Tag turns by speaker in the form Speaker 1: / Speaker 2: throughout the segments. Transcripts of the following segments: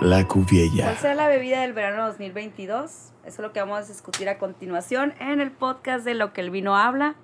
Speaker 1: la cubiella.
Speaker 2: ¿Cuál será la bebida del verano 2022? Eso es lo que vamos a discutir a continuación en el podcast de Lo que el vino habla.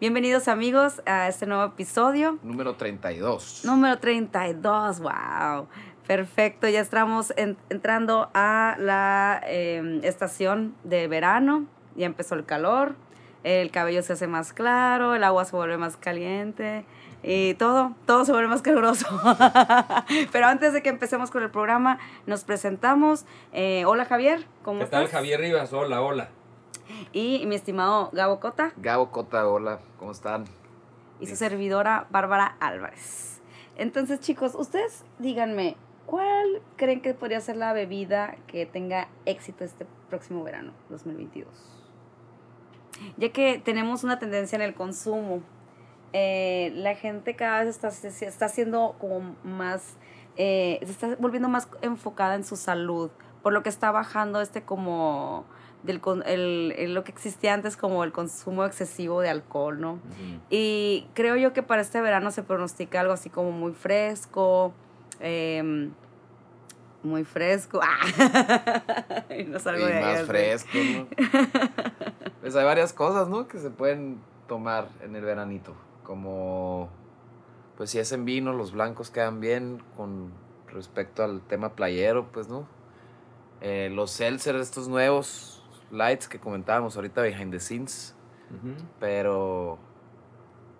Speaker 2: Bienvenidos amigos a este nuevo episodio.
Speaker 3: Número 32.
Speaker 2: Número 32, wow. Perfecto, ya estamos en- entrando a la eh, estación de verano, ya empezó el calor, el cabello se hace más claro, el agua se vuelve más caliente y todo, todo se vuelve más caluroso. Pero antes de que empecemos con el programa, nos presentamos. Eh, hola Javier, ¿cómo
Speaker 4: ¿Qué tal
Speaker 2: estás?
Speaker 4: Javier Rivas? Hola, hola.
Speaker 2: Y mi estimado Gabo Cota.
Speaker 3: Gabo Cota, hola, ¿cómo están?
Speaker 2: y su
Speaker 3: Sí.
Speaker 2: servidora Bárbara Álvarez. Entonces, chicos, ustedes díganme, ¿cuál creen que podría ser la bebida que tenga éxito este próximo verano, 2022? Ya que tenemos una tendencia en el consumo, eh, la gente cada vez está, se- se está siendo como más, eh, se está volviendo más enfocada en su salud, por lo que está bajando este como del con- el- el- lo que existía antes como el consumo excesivo de alcohol, ¿no? Y creo yo que para este verano se pronostica algo así como muy fresco. em, muy fresco. ¡Ah! y no salgo
Speaker 3: y
Speaker 2: de ahí,
Speaker 3: más
Speaker 2: así.
Speaker 3: fresco, ¿no? pues hay varias cosas, ¿no? Que se pueden tomar en el veranito. Como, pues si hacen vino, los blancos quedan bien con respecto al tema playero, pues, ¿no? Eh, los seltzer, estos nuevos lights que comentábamos ahorita behind the scenes, pero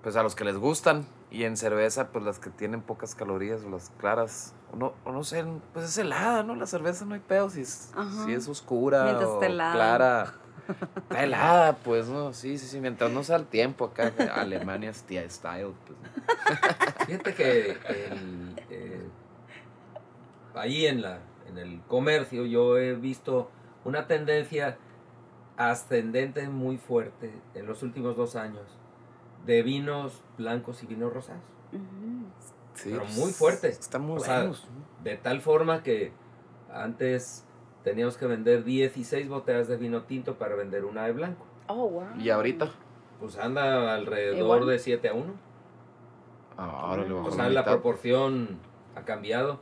Speaker 3: pues a los que les gustan y en cerveza pues las que tienen pocas calorías o las claras o no, o no sé pues es helada no la cerveza no hay pedo si es,
Speaker 2: Ajá.
Speaker 3: si es oscura
Speaker 2: Mientras
Speaker 3: o
Speaker 2: está helada.
Speaker 3: clara está helada pues no sí sí sí mientras no sea el tiempo acá de Alemania sti- style pues ¿no?
Speaker 4: Fíjate que el, eh, ahí en, la, en el comercio yo he visto una tendencia ascendente muy fuerte en los últimos dos años de vinos blancos y vinos rosados.
Speaker 2: Ujú.
Speaker 3: Sí,
Speaker 4: Pero muy fuerte.
Speaker 3: están muy
Speaker 4: O sea,
Speaker 3: buenos
Speaker 4: De tal forma que antes teníamos que vender 16 botellas de vino tinto para vender una de blanco.
Speaker 2: Oh, wow.
Speaker 3: ¿no? y ahorita
Speaker 4: Pues anda alrededor
Speaker 2: Igual.
Speaker 4: de 7 a 1.
Speaker 3: ahora le Ah, bajó
Speaker 4: O
Speaker 3: la
Speaker 4: sea, la
Speaker 3: mitad.
Speaker 4: proporción ha cambiado.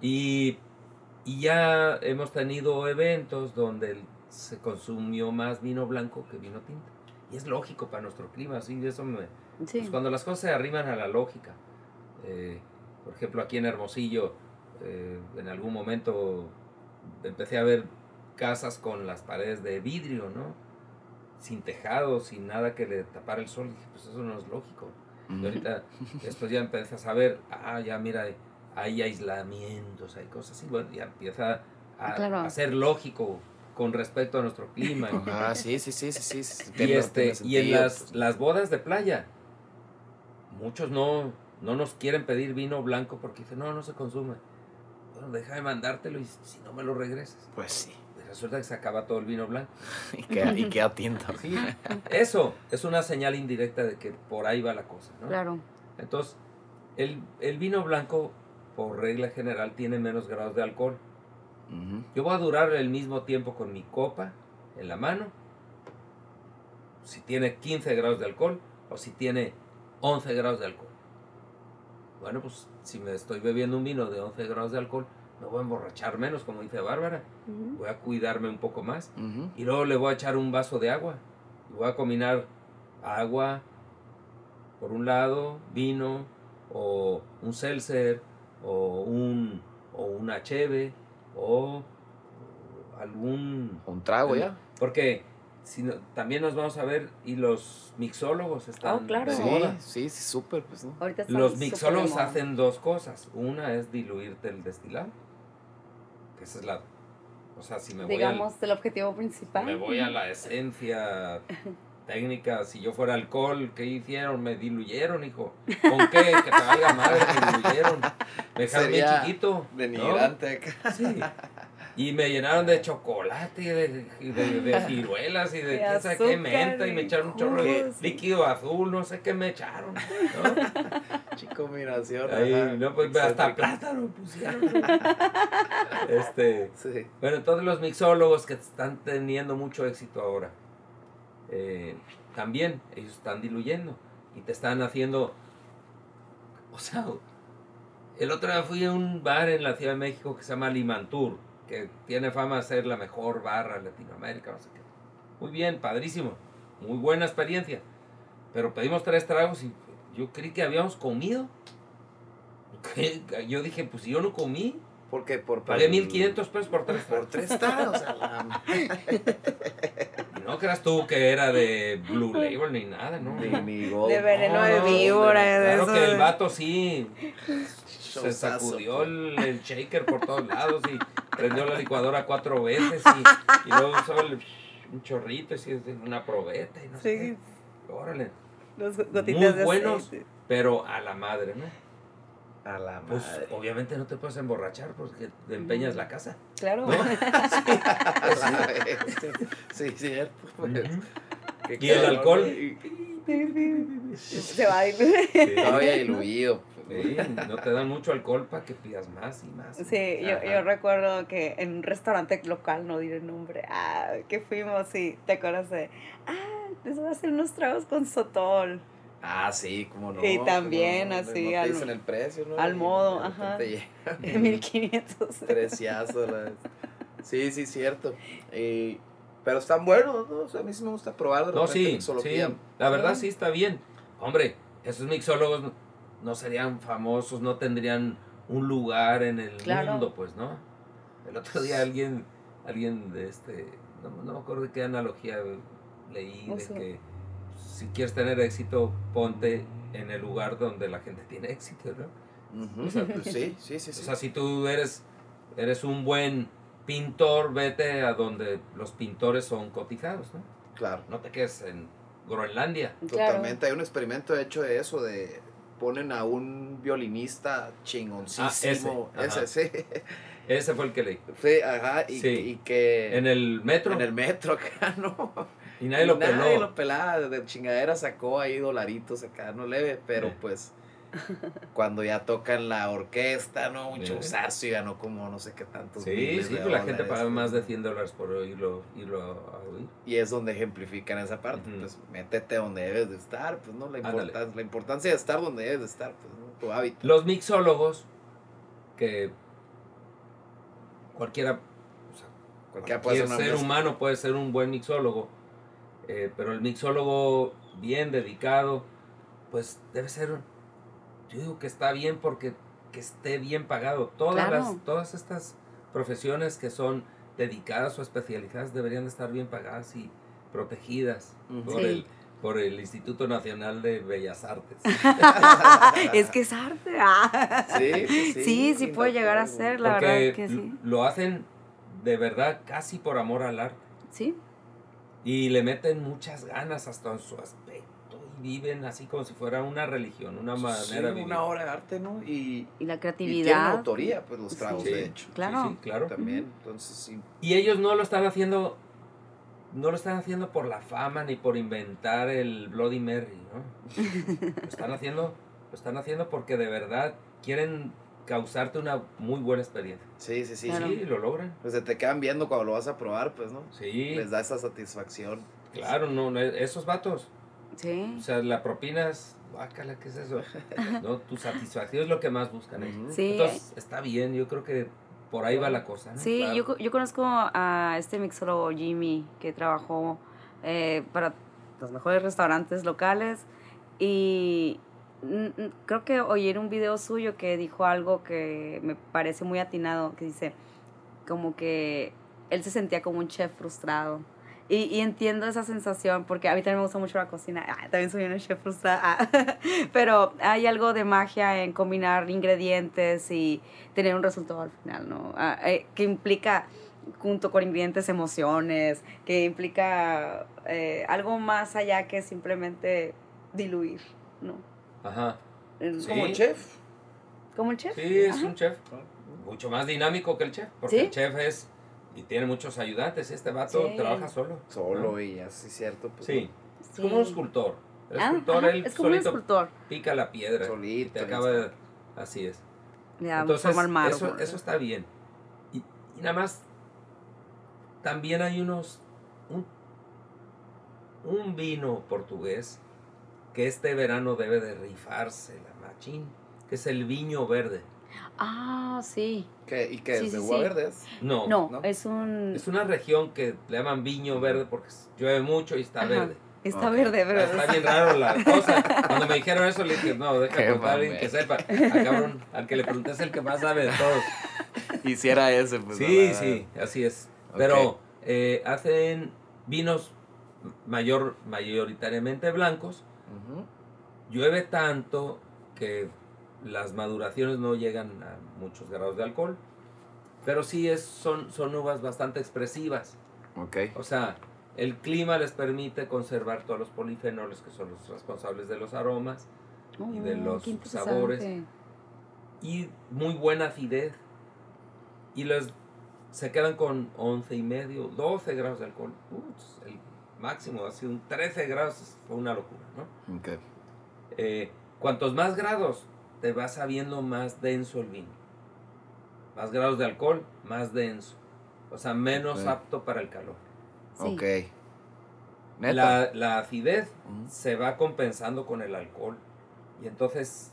Speaker 4: Y, y ya hemos tenido eventos donde el- se consumió más vino blanco que vino tinto. Y es lógico para nuestro clima, así eso me- pues
Speaker 2: Sí.
Speaker 4: cuando las cosas se arriman a la lógica. eh, por ejemplo, aquí en Hermosillo, eh, en algún momento empecé a ver casas con las paredes de vidrio, ¿no? Sin tejado, sin nada que le tapara el sol. Y dije, pues eso no es lógico. Y ahorita después ya empiezas a ver, ah, ya mira, hay aislamientos, hay cosas así, bueno, ya empieza a,
Speaker 2: Ah, Claro.
Speaker 4: a ser lógico con respecto a nuestro clima.
Speaker 3: ah sí sí sí sí sí, sí,
Speaker 4: y,
Speaker 3: tiene-
Speaker 4: este,
Speaker 3: tiene
Speaker 4: y en
Speaker 3: sentido,
Speaker 4: las,
Speaker 3: pues.
Speaker 4: las bodas de playa, muchos no, no nos quieren pedir vino blanco porque dicen, no, no se consume. Bueno, deja de mandártelo y si no me lo regresas.
Speaker 3: pues sí
Speaker 4: Y resulta que se acaba todo el vino blanco.
Speaker 3: y queda, y queda tinta
Speaker 4: Sí, eso es una señal indirecta de que por ahí va la cosa, ¿no?
Speaker 2: Claro.
Speaker 4: Entonces, el, el vino blanco, por regla general, tiene menos grados de alcohol.
Speaker 3: Ujú.
Speaker 4: Yo voy a durar el mismo tiempo con mi copa en la mano, si tiene 15 grados de alcohol o si tiene 11 grados de alcohol. Bueno, pues si me estoy bebiendo un vino de 11 grados de alcohol, me voy a emborrachar menos, como dice Bárbara.
Speaker 2: Ujú.
Speaker 4: Voy a cuidarme un poco más.
Speaker 3: Ujú.
Speaker 4: Y luego le voy a echar un vaso de agua. Y voy a combinar agua, por un lado, vino, o un seltzer, o, un, o una cheve, o algún...
Speaker 3: un trago ya
Speaker 4: Porque si no- también nos vamos a ver, y los mixólogos están
Speaker 2: Oh, claro.
Speaker 4: de
Speaker 3: Sí,
Speaker 4: moda.
Speaker 3: sí, sí, súper, pues, ¿no?
Speaker 2: Ahorita estamos
Speaker 4: Los
Speaker 2: súper de
Speaker 4: mixólogos
Speaker 2: moda.
Speaker 4: hacen dos cosas. Una es diluirte el destilado. Que esa es la... O sea, si me voy al-
Speaker 2: Digamos, el objetivo principal.
Speaker 4: me voy a la esencia técnica. Si yo fuera alcohol, ¿qué hicieron? Me diluyeron, hijo. ¿Con qué? Que te valga madre, me diluyeron. Me dejaron bien
Speaker 3: Sería
Speaker 4: chiquito. ¿no?
Speaker 3: acá.
Speaker 4: Sí. Y me llenaron de chocolate, y de, y de, de ciruelas y de,
Speaker 2: De
Speaker 4: quién sabe qué
Speaker 2: azúcar
Speaker 4: menta. Y me
Speaker 2: y
Speaker 4: echaron un chorro de
Speaker 2: jugos y-
Speaker 4: líquido azul, no sé qué me echaron. ¿no?
Speaker 3: Chico miración.
Speaker 4: Ahí,
Speaker 3: ajá.
Speaker 4: no, pues, hasta plátano pusieron. ¿no? Este.
Speaker 3: Sí.
Speaker 4: Bueno, entonces los mixólogos que están teniendo mucho éxito ahora, eh, también ellos están diluyendo y te están haciendo, o sea, El otro día fui a un bar en la Ciudad de México que se llama Limantur, que tiene fama de ser la mejor barra en Latinoamérica. no sé qué. Muy bien, padrísimo. Muy buena experiencia. Pero pedimos tres tragos y yo creí que habíamos comido. ¿Qué? Yo dije, pues yo no comí.
Speaker 3: ¿Por qué? Por,
Speaker 4: Pagué
Speaker 3: por-
Speaker 4: 1500 pesos por tres
Speaker 3: Por
Speaker 4: tragos.
Speaker 3: tres tragos. a la madre.
Speaker 4: Y no creas tú que era de Blue Label ni nada, ¿no?
Speaker 3: De mi gol.
Speaker 2: De veneno
Speaker 4: de
Speaker 2: víbora, de-
Speaker 4: Claro
Speaker 2: Eso
Speaker 4: que
Speaker 2: de-
Speaker 4: el vato sí se
Speaker 3: Showzazo,
Speaker 4: sacudió
Speaker 3: pues.
Speaker 4: el, el shaker por todos lados y prendió la licuadora cuatro veces y, y luego usó el- un chorrito y sí, una probeta y no sé
Speaker 2: Sí,
Speaker 4: qué. Órale.
Speaker 2: los
Speaker 4: Muy
Speaker 2: gotitas de
Speaker 4: buenos.
Speaker 2: aceite.
Speaker 4: Pero a la madre, ¿no?
Speaker 3: A la
Speaker 4: Pues
Speaker 3: madre.
Speaker 4: obviamente no te puedes emborrachar porque
Speaker 2: Mm.
Speaker 4: te empeñas la casa.
Speaker 2: Claro.
Speaker 3: A la bestia. sí, cierto. pues. Qué
Speaker 4: ¿Y el
Speaker 3: cabrón,
Speaker 4: alcohol?
Speaker 3: ¿eh?
Speaker 2: Se va a ir.
Speaker 3: Todavía diluido.
Speaker 4: Sí, no te dan mucho alcohol para que pidas más y más.
Speaker 2: Sí, yo, yo recuerdo que en un restaurante local, no diré nombre, ah, que fuimos y te acuerdas de, ah, les voy a hacer unos tragos con sotol.
Speaker 3: Ah, sí, como no.
Speaker 2: Y
Speaker 3: cómo
Speaker 2: también
Speaker 3: no,
Speaker 2: así,
Speaker 3: no te
Speaker 2: al-
Speaker 3: dicen el precio, ¿no?
Speaker 2: al
Speaker 3: Y
Speaker 2: modo,
Speaker 3: de repente
Speaker 2: ajá.
Speaker 3: llega
Speaker 2: de 1500.
Speaker 3: Preciazo. la vez. Sí, sí, cierto. Y- pero están buenos, ¿no? O sea, a mí sí me gusta probar de
Speaker 4: No,
Speaker 3: repente
Speaker 4: sí,
Speaker 3: mixología.
Speaker 4: sí, la verdad sí está bien. Hombre, esos mixólogos no, no serían famosos, no tendrían un lugar en el
Speaker 2: Claro.
Speaker 4: mundo, pues, ¿no? El otro día alguien, alguien de este, no, no me acuerdo de qué analogía leí,
Speaker 2: O
Speaker 4: de
Speaker 2: sea.
Speaker 4: que si quieres tener éxito, ponte en el lugar donde la gente tiene éxito, ¿no?
Speaker 3: Ujú, o sea, pues sí, sí, sí.
Speaker 4: O
Speaker 3: sí.
Speaker 4: sea, si tú eres, eres un buen pintor, vete a donde los pintores son cotizados, ¿no?
Speaker 3: claro.
Speaker 4: No te quedes en Groenlandia.
Speaker 3: Totalmente. Hay un experimento hecho de eso, de ponen a un violinista chingoncísimo.
Speaker 4: Ah, ese,
Speaker 3: ese, sí.
Speaker 4: Ese fue el que leí.
Speaker 3: Sí, ajá. Y,
Speaker 4: Sí.
Speaker 3: y que
Speaker 4: Eh, En el metro.
Speaker 3: en el metro acá, ¿no?
Speaker 4: y nadie lo peló.
Speaker 3: Nadie lo pelaba, de chingadera sacó ahí dolaritos acá, no leve, pero
Speaker 4: Sí.
Speaker 3: pues cuando ya tocan la orquesta, ¿no? Un
Speaker 4: Sí.
Speaker 3: showzazo y ganó como no sé qué tantos
Speaker 4: Sí,
Speaker 3: miles
Speaker 4: sí,
Speaker 3: de
Speaker 4: que Pues, la gente
Speaker 3: dólares,
Speaker 4: paga
Speaker 3: ¿no?
Speaker 4: más de 100 dólares por oírlo, irlo a oír.
Speaker 3: Y es donde ejemplifican esa parte,
Speaker 4: Ujú.
Speaker 3: pues métete donde debes de estar, pues no, la,
Speaker 4: Ándale.
Speaker 3: importan- la importancia de estar donde debes de estar, pues ¿no? tu hábitat.
Speaker 4: Los mixólogos, que cualquiera, o sea,
Speaker 3: Cualquiera puede ser
Speaker 4: cualquier
Speaker 3: una
Speaker 4: ser
Speaker 3: mezcla.
Speaker 4: humano puede ser un buen mixólogo, eh, pero el mixólogo bien dedicado, pues debe ser, un- yo digo que está bien porque que esté bien pagado. Todas,
Speaker 2: Claro.
Speaker 4: las, todas estas profesiones que son dedicadas o especializadas deberían de estar bien pagadas y protegidas
Speaker 3: Ujú.
Speaker 4: por,
Speaker 2: Sí.
Speaker 4: el, por el Instituto Nacional de Bellas Artes.
Speaker 2: es que es arte. ah.
Speaker 3: Sí, pues, sí, sí,
Speaker 2: sí, sí
Speaker 3: no
Speaker 2: puede llegar a
Speaker 3: puedo.
Speaker 2: ser, la
Speaker 4: Porque
Speaker 2: verdad que sí.
Speaker 4: l- lo hacen de verdad casi por amor al arte.
Speaker 2: Sí,
Speaker 4: Y le meten muchas ganas hasta en su aspecto y viven así como si fuera una religión, una manera
Speaker 3: Sí,
Speaker 4: de vivir.
Speaker 3: una obra de arte, ¿no?
Speaker 2: y la
Speaker 3: Y, y tienen
Speaker 2: creatividad.
Speaker 3: autoría, pues los
Speaker 2: Sí.
Speaker 3: tragos,
Speaker 4: Sí.
Speaker 3: de hecho.
Speaker 2: Claro.
Speaker 4: Sí, sí, claro.
Speaker 3: También, entonces sí.
Speaker 4: Y ellos no lo están haciendo no lo están haciendo por la fama ni por inventar el Bloody Mary, ¿no? lo están haciendo lo están haciendo porque de verdad quieren causarte una muy buena experiencia.
Speaker 3: Sí, sí, sí.
Speaker 2: Claro.
Speaker 4: Sí, lo logran.
Speaker 3: Pues se te quedan viendo cuando lo vas a probar, pues, ¿no?
Speaker 4: Sí,
Speaker 3: Les da esa satisfacción.
Speaker 4: claro, no, no, esos vatos
Speaker 2: Sí.
Speaker 4: O sea, la propina es. Guácala, ¿qué es eso? No, tu satisfacción es lo que más buscan ellos.
Speaker 3: Ujú.
Speaker 2: Sí.
Speaker 4: Entonces, está bien, yo creo que por ahí va la cosa, ¿no?
Speaker 2: Sí,
Speaker 3: Claro.
Speaker 2: yo, co- yo conozco a este mixólogo Jimmy que trabajó eh, para los mejores restaurantes locales y mm, mm, creo que oí en un video suyo que dijo algo que me parece muy atinado, que dice como que él se sentía como un chef frustrado. Y, y entiendo esa sensación porque a mí también me gusta mucho la cocina. Ah, también soy una chef frustrada. Ah, Pero hay algo de magia en combinar ingredientes y tener un resultado al final, ¿no? Ah, eh, que implica, junto con ingredientes, emociones, que implica eh, algo más allá que simplemente diluir, ¿no?
Speaker 4: Ajá.
Speaker 2: Es
Speaker 4: Sí.
Speaker 2: Como,
Speaker 3: Como chef.
Speaker 2: como el chef.
Speaker 4: Sí, es
Speaker 2: Ajá.
Speaker 4: un chef. Mucho más dinámico que el chef, porque
Speaker 2: ¿Sí?
Speaker 4: el chef es. Y tiene muchos ayudantes. Este vato
Speaker 2: Sí.
Speaker 4: trabaja solo.
Speaker 3: Solo y así, ¿cierto? Pues,
Speaker 4: Sí. Es
Speaker 2: Sí.
Speaker 4: como un escultor. El
Speaker 2: Ah,
Speaker 4: escultor,
Speaker 2: ajá,
Speaker 4: él
Speaker 2: es como un
Speaker 4: solito
Speaker 2: escultor.
Speaker 4: pica la piedra. y
Speaker 3: Solito.
Speaker 4: te acaba de. Así es.
Speaker 2: Le da
Speaker 4: Entonces,
Speaker 2: forma al mar,
Speaker 4: eso,
Speaker 2: ¿no?
Speaker 4: eso está bien. Y, y nada más, también hay unos, un, un vino portugués que este verano debe de rifarse la machín, que es el viño verde.
Speaker 2: Ah, sí.
Speaker 3: ¿Qué? ¿Y qué es?
Speaker 2: Sí,
Speaker 3: ¿De
Speaker 2: sí,
Speaker 3: uva
Speaker 2: sí.
Speaker 3: verde es?
Speaker 4: No,
Speaker 2: No,
Speaker 3: ¿no?
Speaker 2: es un...
Speaker 4: Es una región que le llaman viño verde porque llueve mucho y está
Speaker 2: Ajá.
Speaker 4: verde.
Speaker 2: Está
Speaker 3: Ok.
Speaker 2: verde, pero...
Speaker 4: Está bien raro la cosa. Cuando me dijeron eso, le dije, no, deja
Speaker 3: Qué
Speaker 4: preguntar a alguien
Speaker 3: mamey.
Speaker 4: que sepa. Ah, cabrón, al que le pregunté es el que más sabe de todos.
Speaker 3: Hiciera ese, pues. a
Speaker 4: sí,
Speaker 3: la-
Speaker 4: sí, así es.
Speaker 3: Ok.
Speaker 4: Pero eh, hacen vinos mayor, mayoritariamente blancos.
Speaker 3: Ujú.
Speaker 4: Llueve tanto que las maduraciones no llegan a muchos grados de alcohol. Pero sí es, son, son uvas bastante expresivas.
Speaker 3: Ok.
Speaker 4: O sea, el clima les permite conservar todos los polifenoles que son los responsables de los aromas y de
Speaker 2: Oh,
Speaker 4: los
Speaker 2: qué interesante.
Speaker 4: sabores. y muy buena acidez. Y los, se quedan con 11 y medio, 12 grados de alcohol. Ups, el máximo ha sido un 13 grados, es- fue una locura, ¿no?
Speaker 3: Ok.
Speaker 4: Eh, cuantos más grados, te vas sabiendo más denso el vino. Más grados de alcohol, más denso. O sea, menos
Speaker 3: Ok.
Speaker 4: apto para el calor.
Speaker 2: Sí.
Speaker 3: Ok. Neta.
Speaker 4: La, la acidez
Speaker 3: Ujú.
Speaker 4: se va compensando con el alcohol. Y entonces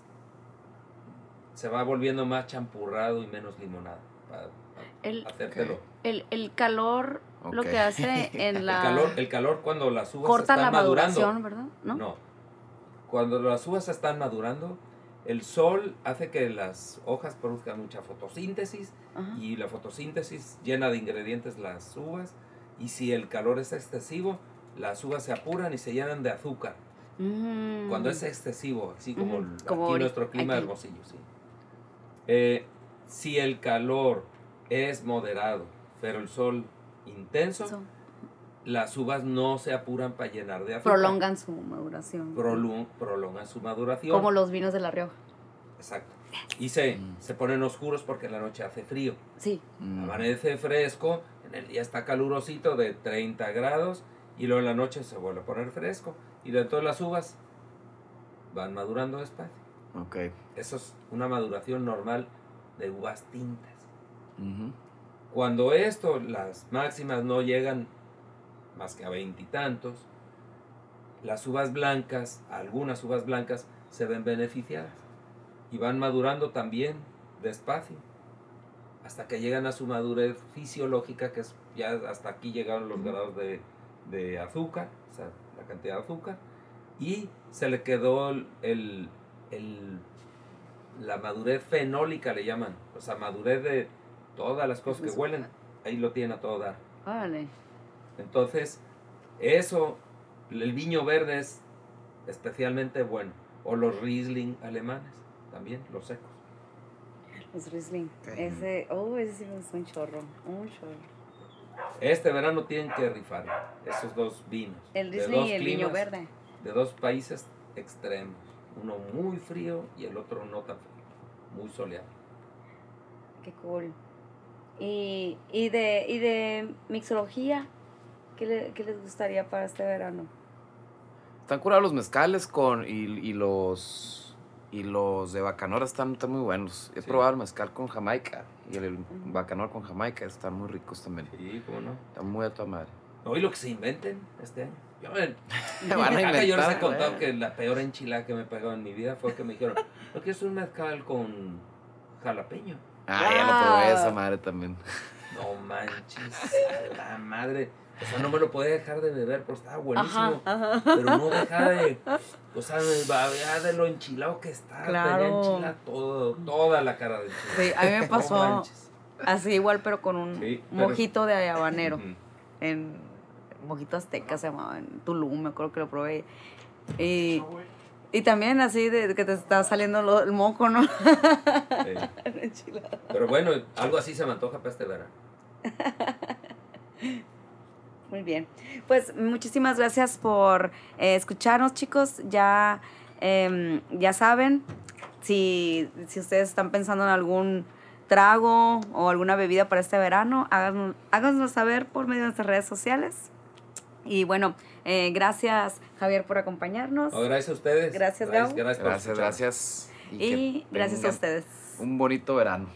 Speaker 4: se va volviendo más champurrado y menos limonada. Para,
Speaker 2: El,
Speaker 4: hacértelo.
Speaker 3: Ok.
Speaker 2: el, el calor lo
Speaker 3: Ok.
Speaker 2: que hace en la...
Speaker 4: El, calor, el calor cuando las uvas
Speaker 2: corta
Speaker 4: están
Speaker 2: la
Speaker 4: madurando.
Speaker 2: maduración, ¿verdad? ¿No?
Speaker 4: Cuando las uvas están madurando, el sol hace que las hojas produzcan mucha fotosíntesis
Speaker 2: Ajá.
Speaker 4: y la fotosíntesis llena de ingredientes las uvas. Y si el calor es excesivo, las uvas se apuran y se llenan de azúcar.
Speaker 2: Mm.
Speaker 4: Cuando es excesivo, así como,
Speaker 2: Ujú,
Speaker 4: el-
Speaker 2: como
Speaker 4: aquí
Speaker 2: ahorita-
Speaker 4: nuestro clima
Speaker 2: aquí.
Speaker 4: hermosillo, sí. Eh, si el calor es moderado, pero el sol intenso,
Speaker 2: Eso.
Speaker 4: las uvas no se apuran para llenar de azúcar.
Speaker 2: Prolongan su maduración.
Speaker 4: Prolu- prolongan su maduración.
Speaker 2: Como los vinos de La Rioja.
Speaker 4: Exacto. Y se,
Speaker 3: Mm.
Speaker 4: se ponen oscuros porque en la noche hace frío.
Speaker 2: Sí.
Speaker 3: Mm.
Speaker 4: Amanece fresco, en el día está calurosito de 30 grados y luego en la noche se vuelve a poner fresco. Y luego todas las uvas van madurando despacio.
Speaker 3: Ok.
Speaker 4: Eso es una maduración normal de uvas tintas.
Speaker 3: Ujú.
Speaker 4: Cuando esto, las máximas no llegan más que a veintitantos, las uvas blancas, algunas uvas blancas, se ven beneficiadas y van madurando también despacio, hasta que llegan a su madurez fisiológica, que es ya hasta aquí llegaron los grados de, de azúcar, o sea, la cantidad de azúcar, y se le quedó el- el- el- la madurez fenólica, le llaman, o sea, madurez de todas las cosas que huelen, ahí lo tiene a todo dar.
Speaker 2: Vale.
Speaker 4: Entonces, eso, el viño verde es especialmente bueno. O los Riesling alemanes, también, los secos.
Speaker 2: Los Riesling.
Speaker 3: Ok.
Speaker 2: Ese, oh, ese sí me gustó un chorro. Un chorro.
Speaker 4: Este verano tienen que rifar esos dos vinos.
Speaker 2: El
Speaker 4: de
Speaker 2: Riesling
Speaker 4: dos
Speaker 2: y el viño
Speaker 4: climas,
Speaker 2: verde.
Speaker 4: De dos países extremos. Uno muy frío y el otro no tan frío. Muy soleado.
Speaker 2: Qué cool. Y, y, de, y de mixología, ¿qué, le- qué les gustaría para este verano?
Speaker 3: Están curados los mezcales con. Y, y los. Y los de Bacanora están, están muy buenos. He
Speaker 4: Sí.
Speaker 3: probado el mezcal con Jamaica. Y el, Bacanora con Jamaica están muy ricos también.
Speaker 4: Sí, cómo no.
Speaker 3: Están muy a tu madre.
Speaker 4: Hoy lo que se inventen este año. Yo me-
Speaker 3: Te van a
Speaker 4: Acá Ah, yo les he
Speaker 3: inventar,
Speaker 4: contado
Speaker 3: güey.
Speaker 4: que la peor enchilada que me he pegado en mi vida fue que me dijeron, ¿no quieres un mezcal con jalapeño?
Speaker 3: Ah, ya lo probé
Speaker 2: Wow.
Speaker 3: esa madre también.
Speaker 4: No manches, a la madre. O sea, no me lo podía dejar de beber, pero estaba buenísimo.
Speaker 2: ajá.
Speaker 4: Pero no dejaba de, o sea, de babear de lo enchilado que está.
Speaker 2: Claro.
Speaker 4: Tenía enchilada todo, toda la cara de enchilada.
Speaker 2: Sí, a mí me
Speaker 4: No
Speaker 2: pasó
Speaker 4: manches.
Speaker 2: así igual, pero con un
Speaker 4: Sí, pero-
Speaker 2: mojito de habanero.
Speaker 4: Ujú.
Speaker 2: en Mojito Azteca se llamaba, en Tulum, me acuerdo que lo probé. Y, y también así de que te está saliendo lo- el moco, ¿no?
Speaker 4: Sí.
Speaker 2: La enchilada.
Speaker 4: Pero bueno, algo así se me antoja para este verano.
Speaker 2: Muy bien. Pues muchísimas gracias por eh, escucharnos, chicos. Ya, em, ya saben, si, si ustedes están pensando en algún trago o alguna bebida para este verano, háganos- háganoslo saber por medio de nuestras redes sociales. Y bueno, eh, gracias Javier por acompañarnos.
Speaker 4: No, gracias a ustedes.
Speaker 2: Pues, Gracias,
Speaker 4: gracias,
Speaker 2: Gabo.
Speaker 4: gracias, por
Speaker 3: Gracias,
Speaker 4: escuchar.
Speaker 3: gracias.
Speaker 2: Y
Speaker 3: que
Speaker 2: gracias a
Speaker 3: tengan
Speaker 2: ustedes.
Speaker 3: Un bonito verano.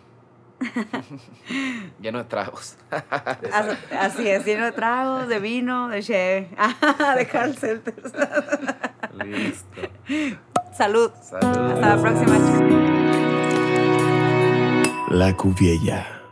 Speaker 3: Lleno de tragos.
Speaker 4: Exacto.
Speaker 2: As- Así es, lleno de tragos, de vino, de cheve, de Carl Seltzer.
Speaker 3: Listo.
Speaker 2: Salud.
Speaker 3: Saludos.
Speaker 2: Hasta la próxima, chicos.
Speaker 1: La Cuviella.